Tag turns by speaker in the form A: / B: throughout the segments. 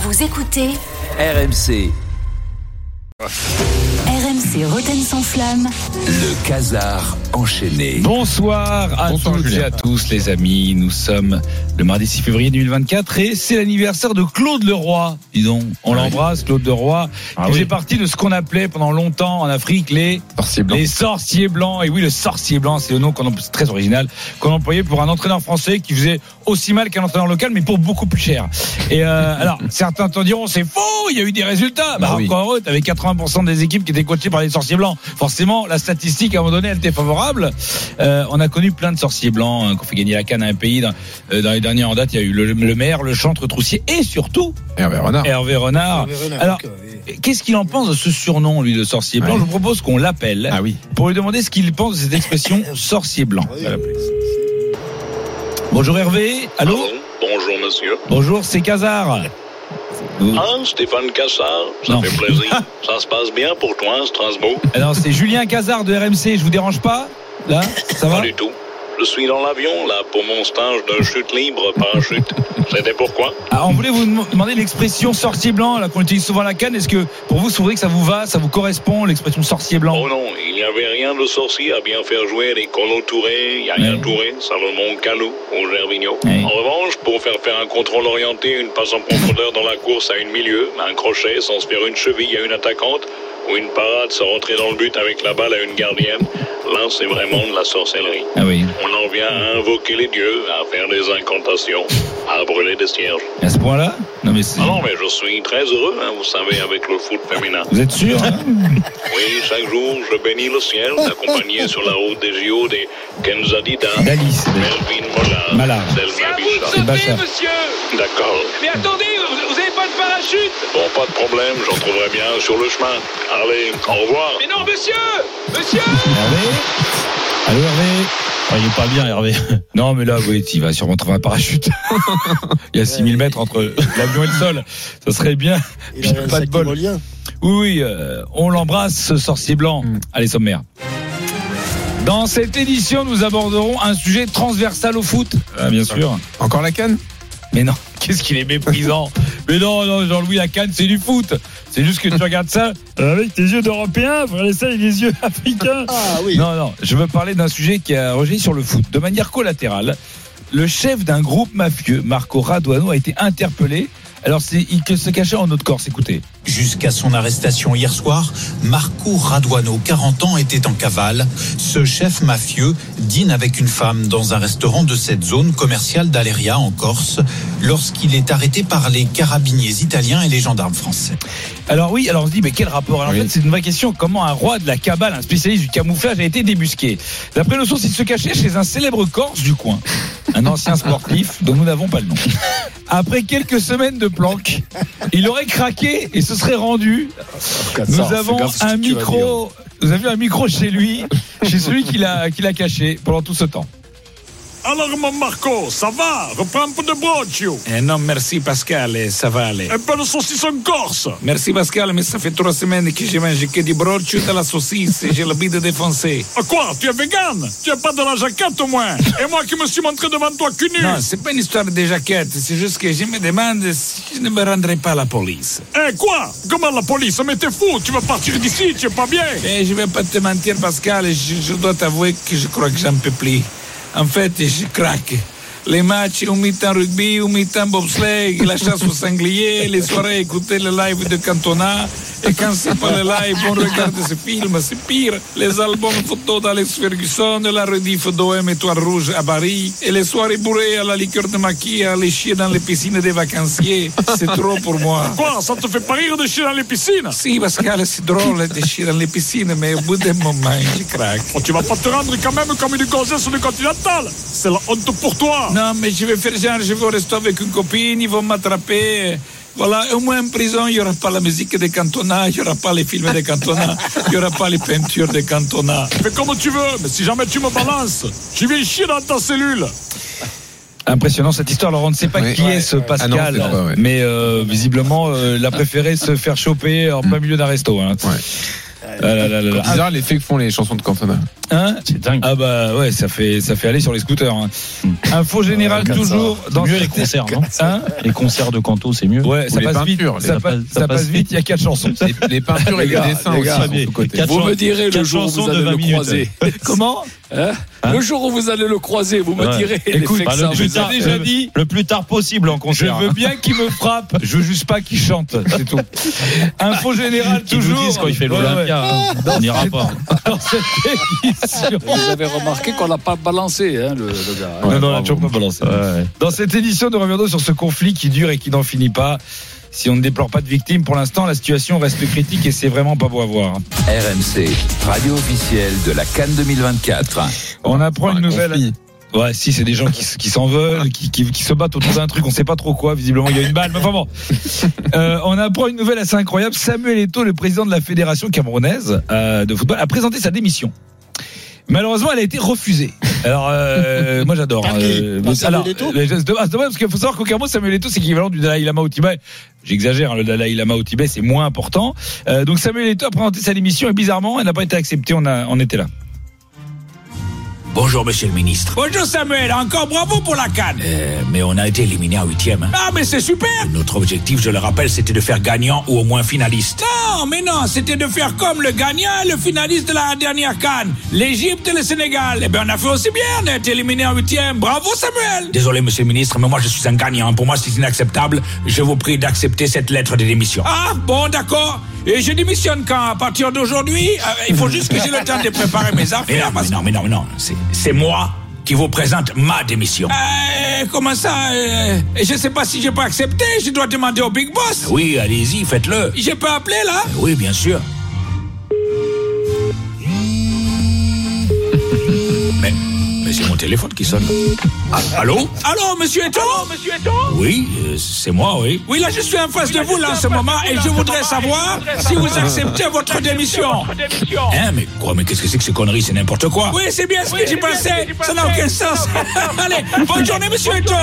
A: Vous écoutez
B: RMC,
A: RMC Roten sans flamme.
B: le casar enchaîné.
C: Bonsoir à
D: Bonsoir,
C: toutes
D: Julien.
C: et à tous les amis. Nous sommes le mardi 6 février 2024 et c'est l'anniversaire de Claude Leroy. Dis donc, on
D: Ah
C: l'embrasse, Claude Leroy,
D: Ah
C: qui
D: oui.
C: faisait partie de ce qu'on appelait pendant longtemps en Afrique les,
D: Sorcier blanc.
C: les sorciers blancs. Et oui, le sorcier blanc, c'est le nom qu'on emploie- c'est très original qu'on employait pour un entraîneur français qui faisait aussi mal qu'un entraîneur local, mais pour beaucoup plus cher. Et euh, alors, certains te diront, c'est faux, il y a eu des résultats. Bah,
D: Bah oui.
C: encore heureux, t'avais 80% des équipes qui étaient coachées par les sorciers blancs. Forcément, la statistique, à un moment donné, elle était favorable. Euh, on a connu plein de sorciers blancs hein, qu'on fait gagner la canne à un pays. Dans, euh, dans les dernières en date, il y a eu le, le maire, le chantre Troussier et surtout
D: Hervé Renard.
C: Hervé Renard. Alors, qu'est-ce qu'il en pense de ce surnom, lui, de sorcier blanc
D: Ouais.
C: Je vous propose qu'on l'appelle
D: Ah oui.
C: pour lui demander ce qu'il pense de cette expression sorcier blanc. On va l'appeler. Bonjour Hervé, allô
E: Pardon Bonjour monsieur.
C: Bonjour, c'est Casar.
E: Ah, Stéphane Cassard, ça
C: Non.
E: fait plaisir. ça se passe bien pour toi, hein, Strasbourg
C: Alors c'est Julien Casar de RMC, je vous dérange pas Là, ça va
E: Pas du tout. Je suis dans l'avion, là, pour mon stage de chute libre, parachute. C'était pourquoi
C: Ah, on voulait vous dem- demander l'expression sorcier blanc, là qu'on utilise souvent à la canne. Est-ce que pour vous, vous trouvez que ça vous va, ça vous correspond, l'expression sorcier blanc
E: Oh non, il n'y avait rien de sorcier à bien faire jouer les Colo Touré, Yaya
C: Ouais.
E: Touré, Salomon Kalou ou Gervinho.
C: Ouais.
E: En revanche, pour faire faire un contrôle orienté, une passe en profondeur dans la course à une milieu, un crochet sans se faire une cheville à une attaquante, ou une parade sans rentrer dans le but avec la balle à une gardienne, là, c'est vraiment de la sorcellerie.
C: Ah oui,
E: On en vient à invoquer les dieux, à faire des incantations, à brûler des cierges.
C: à ce point-là Non mais c'est...
E: Ah Non, non, mais je suis très heureux, hein, vous savez, avec le foot féminin.
C: Vous êtes sûr hein
E: Oui, chaque jour, je bénis le ciel, accompagné sur la route des JO des Kenzadita,
C: D'Alice, d'ailleurs.
E: Melvin Mollard,
C: Mallard.
F: Ah,
E: Selma Bichard.
C: Bacha.
E: D'accord.
G: Mais attendez, vous n'avez pas de parachute
E: Bon, pas de problème, j'en trouverai bien sur le chemin. Allez, au revoir.
G: Mais non, monsieur Monsieur
C: Hervé Allô Hervé Ah, Il est pas bien Hervé. Non mais là, oui, il va sûrement trouver un parachute. Il y a 6000 mètres entre l'avion et le sol. Ça serait bien.
H: Il avait un
C: Pas de
H: sac
C: bol.
H: éolien.
C: Oui, oui, euh, on l'embrasse, ce sorcier blanc. Allez, sommaire. Dans cette édition, nous aborderons un sujet transversal au foot. Ah, bien sûr.
D: Encore la canne
C: Mais non, qu'est-ce qu'il est méprisant. Mais non, non, Jean-Louis Lacan, c'est du foot. C'est juste que tu regardes ça euh, avec tes yeux d'Européens, frère, ça avec les yeux africains.
H: Ah oui.
C: Non, non, je veux parler d'un sujet qui a rejeté sur le foot. De manière collatérale, le chef d'un groupe mafieux, Marco Raduano, a été interpellé. Alors, c'est- il se cachait en notre corse, écoutez.
I: Jusqu'à son arrestation hier soir, Marco Raduano, 40 ans, était en cavale. Ce chef mafieux dîne avec une femme dans un restaurant de cette zone commerciale d'Aléria en Corse lorsqu'il est arrêté par les carabiniers italiens et les gendarmes français.
C: Alors oui, alors on se dit, mais quel rapport Alors en
D: Oui.
C: fait, c'est une vraie question. Comment un roi de la cabale, un spécialiste du camouflage, a été débusqué D'après nos sources, il se cachait chez un célèbre Corse du coin, un ancien sportif dont nous n'avons pas le nom. Après quelques semaines de planque, il aurait craqué et se serait rendu. Nous
D: c'est
C: avons
D: grave ce que
C: un
D: tu vas
C: micro. Nous avions un micro chez lui, chez celui qui l'a qui l'a caché pendant tout ce temps.
F: Alors, mon Marco, ça va Reprends un peu de broccio.
D: Eh
G: Non, merci Pascal, eh, ça va aller.
F: Un peu de saucisson corse.
G: Merci Pascal, mais ça fait trois semaines que j'ai mangé que du brocciute à la saucisse et j'ai la bide défoncée.
F: Ah, Quoi Tu es vegan Tu n'as pas de la jaquette au moins Et moi qui me suis montré devant toi cul nu
G: Non, c'est pas une histoire de jaquette, c'est juste que je me demande si je ne me rendrai pas à la police.
F: Eh quoi Comment la police Mais t'es fou Tu veux partir d'ici Tu es pas bien
G: Et Eh, je vais pas te mentir Pascal, je, je dois t'avouer que je crois que j'en peux plus. En fait, je craque. Les matchs, ou mi-temps rugby, ou mi-temps bobsleigh, la chasse aux sangliers, les soirées, écouter le live de Cantona. Et quand c'est pas le live, on regarde ce film, c'est pire. Les albums photos d'Alex Ferguson, la rediff d'OM Étoile Rouge à Paris, et les soirées bourrées à la liqueur de maquia, les chiens dans les piscines des vacanciers. C'est trop pour moi.
F: Quoi Ça te fait pas rire de chier dans les piscines
G: Sì, Pascal, c'est drôle de chier dans les piscines, mais au bout d'un moment, je craque.
F: Oh, Tu vas pas te rendre quand même comme une gonzesse du continental C'est la honte pour toi
G: Non, mais je vais faire genre, je vais rester avec une copine, ils vont m'attraper. Voilà, au moins en prison, il n'y aura pas la musique des cantonats, il n'y aura pas les films des cantonats, il n'y aura pas les peintures des cantonats.
F: Fais comme tu veux, mais si jamais tu me balances, je vais chier dans ta cellule.
C: Impressionnant cette histoire. Alors on ne sait pas
D: Oui.
C: qui est ce Pascal,
D: Ah non, on sait pas, ouais.
C: mais euh, visiblement euh, il a préféré se faire choper en plein milieu d'un resto. Hein.
D: Ouais.
C: Ah là là là là.
D: Bah, Bizarre l'effet que font les chansons de Cantona.
C: Hein
H: C'est dingue.
C: ah bah ouais, ça fait ça fait aller sur les scooters. hein. Info générale
H: Comme ça.
C: toujours dans
H: Euh, mieux les
C: cette-
H: concerts, non
C: Hein
H: Les concerts de Canto, c'est mieux.
C: Ouais,
D: Ou
C: ça
D: les
C: passe vite.
D: peintures, les-
C: Ça, passe, ça passe vite. Il y a quatre chansons.
D: Les, les peintures et les, dessins aussi sont sous-cotés.
H: Quatre
J: Vous
H: chan-
J: me direz le
H: quatre
J: jour où vous
H: chansons de
J: allez
H: 20
J: le
H: minutes.
J: croiser.
C: Comment
J: Hein le jour où vous allez le croiser, vous me
H: Ouais.
J: direz
C: Écoute,
J: l'effet que
H: bah,
J: ça
H: le
J: a.
H: plus
C: Je
H: tard,
C: l'ai déjà dit.
H: Le plus tard possible en
C: Je
H: concert. hein.
C: veux bien qu'il me frappe. Je veux juste pas qu'il chante. C'est tout. Info générale
H: Qu'ils Bah, nous
C: toujours.
H: disent quand il fait
C: Ouais,
H: l'Olympia. hein. On n'ira pas.
C: Dans cette émission.
J: Vous avez remarqué qu'on l'a pas balancé, hein, le, le gars. hein.
C: Non, non, on l'a
H: bravo.
C: toujours pas balancé.
H: Ouais.
C: Dans cette édition, nous reviendrons sur ce conflit qui dure et qui n'en finit pas. Si on ne déplore pas de victimes, pour l'instant, la situation reste critique et c'est vraiment pas beau à voir.
B: RMC, radio officielle de la Cannes 2024.
C: On apprend
D: Enfin,
C: une
D: un
C: nouvelle.
D: conflit.
C: Ouais, si, c'est des gens qui, s- qui s'en veulent, qui, qui, qui se battent autour d'un truc, on sait pas trop quoi, visiblement il y a une balle, mais enfin bon. Euh, on apprend une nouvelle assez incroyable. Samuel Eto'o, le président de la Fédération camerounaise euh, de football, a présenté sa démission. Malheureusement, elle a été refusée. Alors, euh, moi j'adore.
K: Par qui
C: Euh,
K: Ah Par Samuel
C: alors,
K: Eto'o
C: les gestes de- ah, c'est dommage, parce qu'il faut savoir qu'au Cameroun, Samuel Eto'o, c'est l'équivalent du Dalai Lama au Tibet. J'exagère, hein, le Dalai Lama au Tibet, c'est moins important. Euh, donc Samuel Eto'o a présenté sa démission et bizarrement, elle n'a pas été acceptée. On, a, on était là.
B: Bonjour, monsieur le ministre.
G: Bonjour Samuel, encore bravo pour la canne.
B: Euh, mais on a été éliminé en huitième. hein.
G: Ah, mais c'est super
B: Notre objectif, je le rappelle, c'était de faire gagnant ou au moins finaliste.
G: Non, mais non, c'était de faire comme le gagnant et le finaliste de la dernière canne, l'Égypte et le Sénégal. Eh bien, on a fait aussi bien, on a été éliminé en huitième. Bravo Samuel
B: Désolé, monsieur le ministre, mais moi je suis un gagnant. Pour moi, c'est inacceptable. Je vous prie d'accepter cette lettre de démission.
G: Ah, bon, d'accord. Et je démissionne quand À partir d'aujourd'hui, euh, il faut juste que j'ai le temps de préparer mes
B: Mais non,
G: affaires.
B: mais non, mais non, mais non. C'est- C'est moi qui vous présente ma démission.
G: Euh, comment ça euh, Je sais pas si je peux accepter, je dois demander au Big Boss.
B: Oui, allez-y, faites-le.
G: Je peux appeler là
B: Oui, bien sûr. Mais, mais c'est mon téléphone qui sonne. Ah, allô
G: Allô, monsieur Eto monsieur
B: Oui, euh, c'est moi, oui.
G: Oui, là, je suis en face de vous là en ce moment et je voudrais savoir si vous acceptez votre démission.
C: Eh,
B: Hein, mais quoi, mais qu'est-ce que c'est que ces conneries C'est n'importe quoi.
G: Oui, c'est bien ce que j'y pensais. Ça n'a aucun sens. Allez, bonne journée, monsieur Eto.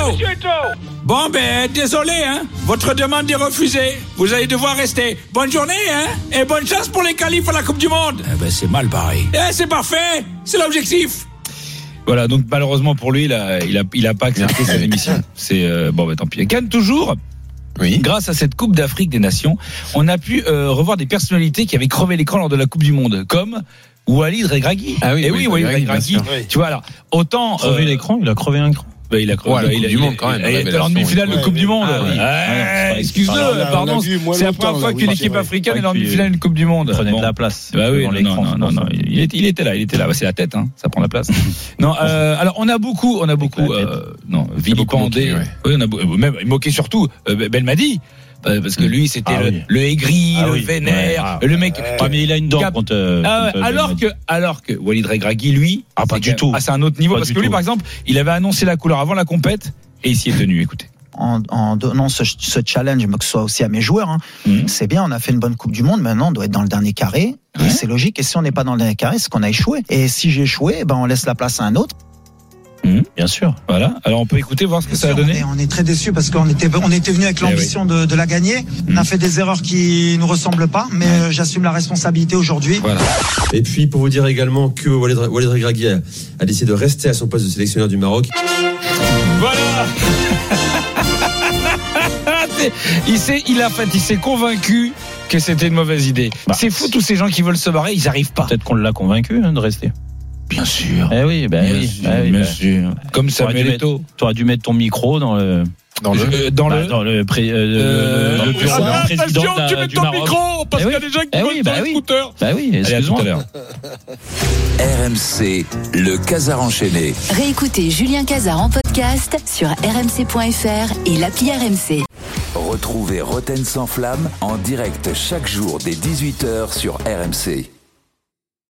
G: Bon, ben, désolé, hein. Votre demande est refusée. Vous allez devoir rester. Bonne journée, hein. Et bonne chance pour les qualifs à la Coupe du
C: Ah
G: Monde.
B: Eh ben, c'est mal pareil.
G: Eh, c'est parfait. C'est l'objectif.
C: Voilà, donc malheureusement pour lui, il a, il a, il a pas accepté
D: Merci.
C: cette émission. C'est euh, bon, bah, tant pis. Cannes toujours.
D: Oui.
C: Grâce à cette Coupe d'Afrique des Nations, on a pu euh, revoir des personnalités qui avaient crevé l'écran lors de la Coupe du Monde, comme Walid Regragui.
D: Ah oui,
C: Eh oui,
D: oui,
C: Walid
D: Regragui, bien
C: Regragui.
D: sûr.
C: Tu vois, alors autant
H: Crever
C: euh,
H: l'écran, il a crevé un écran.
C: bah, il a crevé
D: Ouais, la
C: il
D: Coupe
C: a-
D: du
C: il a-
D: Monde, quand même,
C: Il a- il
D: la
C: était en demi-finale de
K: révélation,
C: Coupe du
K: ouais.
C: Monde.
H: Ah oui.
C: Ouais,
H: Ouais.
C: Excuse-le,
K: Ah, on l'a- on
C: pardon.
K: l'a vu, moi,
C: C'est la
K: longtemps,
C: première fois
K: là, oui,
C: qu'une
K: c'est
C: équipe
K: vrai.
C: africaine
H: Ouais,
C: est en
H: puis,
C: demi-finale d'une Coupe du
H: Il
C: Monde.
H: prenait
C: Bon.
H: de la place.
C: Bah oui,
H: dans
C: non,
H: l'écran,
C: non,
H: je
C: non,
H: pense.
C: non, il, est- il était là, il était là. Bah, c'est la tête, hein, ça prend la place. non, euh, alors on a beaucoup, on a beaucoup,
H: la tête.
C: euh, non,
D: beaucoup
C: vilipendé.
D: moqué, ouais.
C: Oui, on a beau- même moqué surtout euh, Belmadi. euh, Parce que lui, c'était
H: Ah
C: le,
H: oui.
C: le aigri,
H: Ah
C: le
H: oui,
C: vénère,
H: ouais.
C: le mec.
H: Ah, mais il a une dent
C: Cap-
H: contre. euh,
C: Ah ouais,
H: contre
C: alors
H: Belmadi.
C: que, alors que Walid Regragui, lui,
H: Ah, pas
C: c'est
H: du
C: quand-
H: tout.
C: Ah, c'est un autre niveau
H: Pas
C: parce
H: du
C: que lui,
H: tout.
C: par exemple, il avait annoncé la couleur avant la compète et il s'y est tenu. Écoutez.
L: en, en donnant ce, ce challenge, mais que ce soit aussi à mes joueurs. hein.
C: Mhm.
L: C'est bien, on a fait une bonne Coupe du Monde, maintenant on doit être dans le dernier carré. Et C'est logique, et si on n'est pas dans le dernier carré, c'est qu'on a échoué. Et si j'ai échoué, ben on laisse la place à un autre.
H: Mm, Bien sûr.
C: Voilà. Alors on peut écouter voir ce que ça a donné. Eh
L: on est très déçus parce qu'on était, on était venu avec
C: oui. Mm.
L: l'ambition de, de la gagner. On a fait des erreurs qui ne nous ressemblent pas, mais euh, j'assume la responsabilité aujourd'hui.
C: Voilà.
K: Et puis pour vous dire également que Walid, Walid Regragui a, a décidé de rester à son poste de sélectionneur du Maroc.
C: Voilà il, s'est, il, a, en fait, il s'est convaincu que c'était une mauvaise idée.
H: Bah,
C: c'est fou, tous ces gens qui veulent se barrer, ils arrivent pas.
H: Peut-être qu'on l'a convaincu hein, de rester.
C: Bien sûr.
H: Eh oui, ben
C: Bien
H: oui.
C: sûr,
H: ben oui,
C: bien
H: ben-
C: sûr. Comme
H: T'aurais dû,
C: Samuel
H: mettre,
C: Eto'o.
H: t'aurais dû mettre ton micro dans le,
D: Dans le.
C: Euh, Dans
H: bah,
C: le.
H: dans le, pré- euh,
C: Euh,
H: le- le
C: oui,
H: bureau
C: ça
H: du
C: va,
H: président
F: Attention,
H: de la-
F: tu mets
H: du
F: ton
H: Maroc.
F: micro, parce
H: Eh
F: qu'il y a
H: oui,
F: des gens qui
H: eh
F: veulent
H: oui,
F: sur
H: bah
F: les
H: oui.
F: scooters.
H: Bah oui,
C: Allez, à tout
H: excuse-moi.
C: à l'heure.
B: RMC, le casar enchaîné.
A: Réécoutez Julien Cazard en podcast sur rmc.fr et l'appli RMC.
B: Retrouvez Roten sans flamme en direct chaque jour dès 18h sur RMC.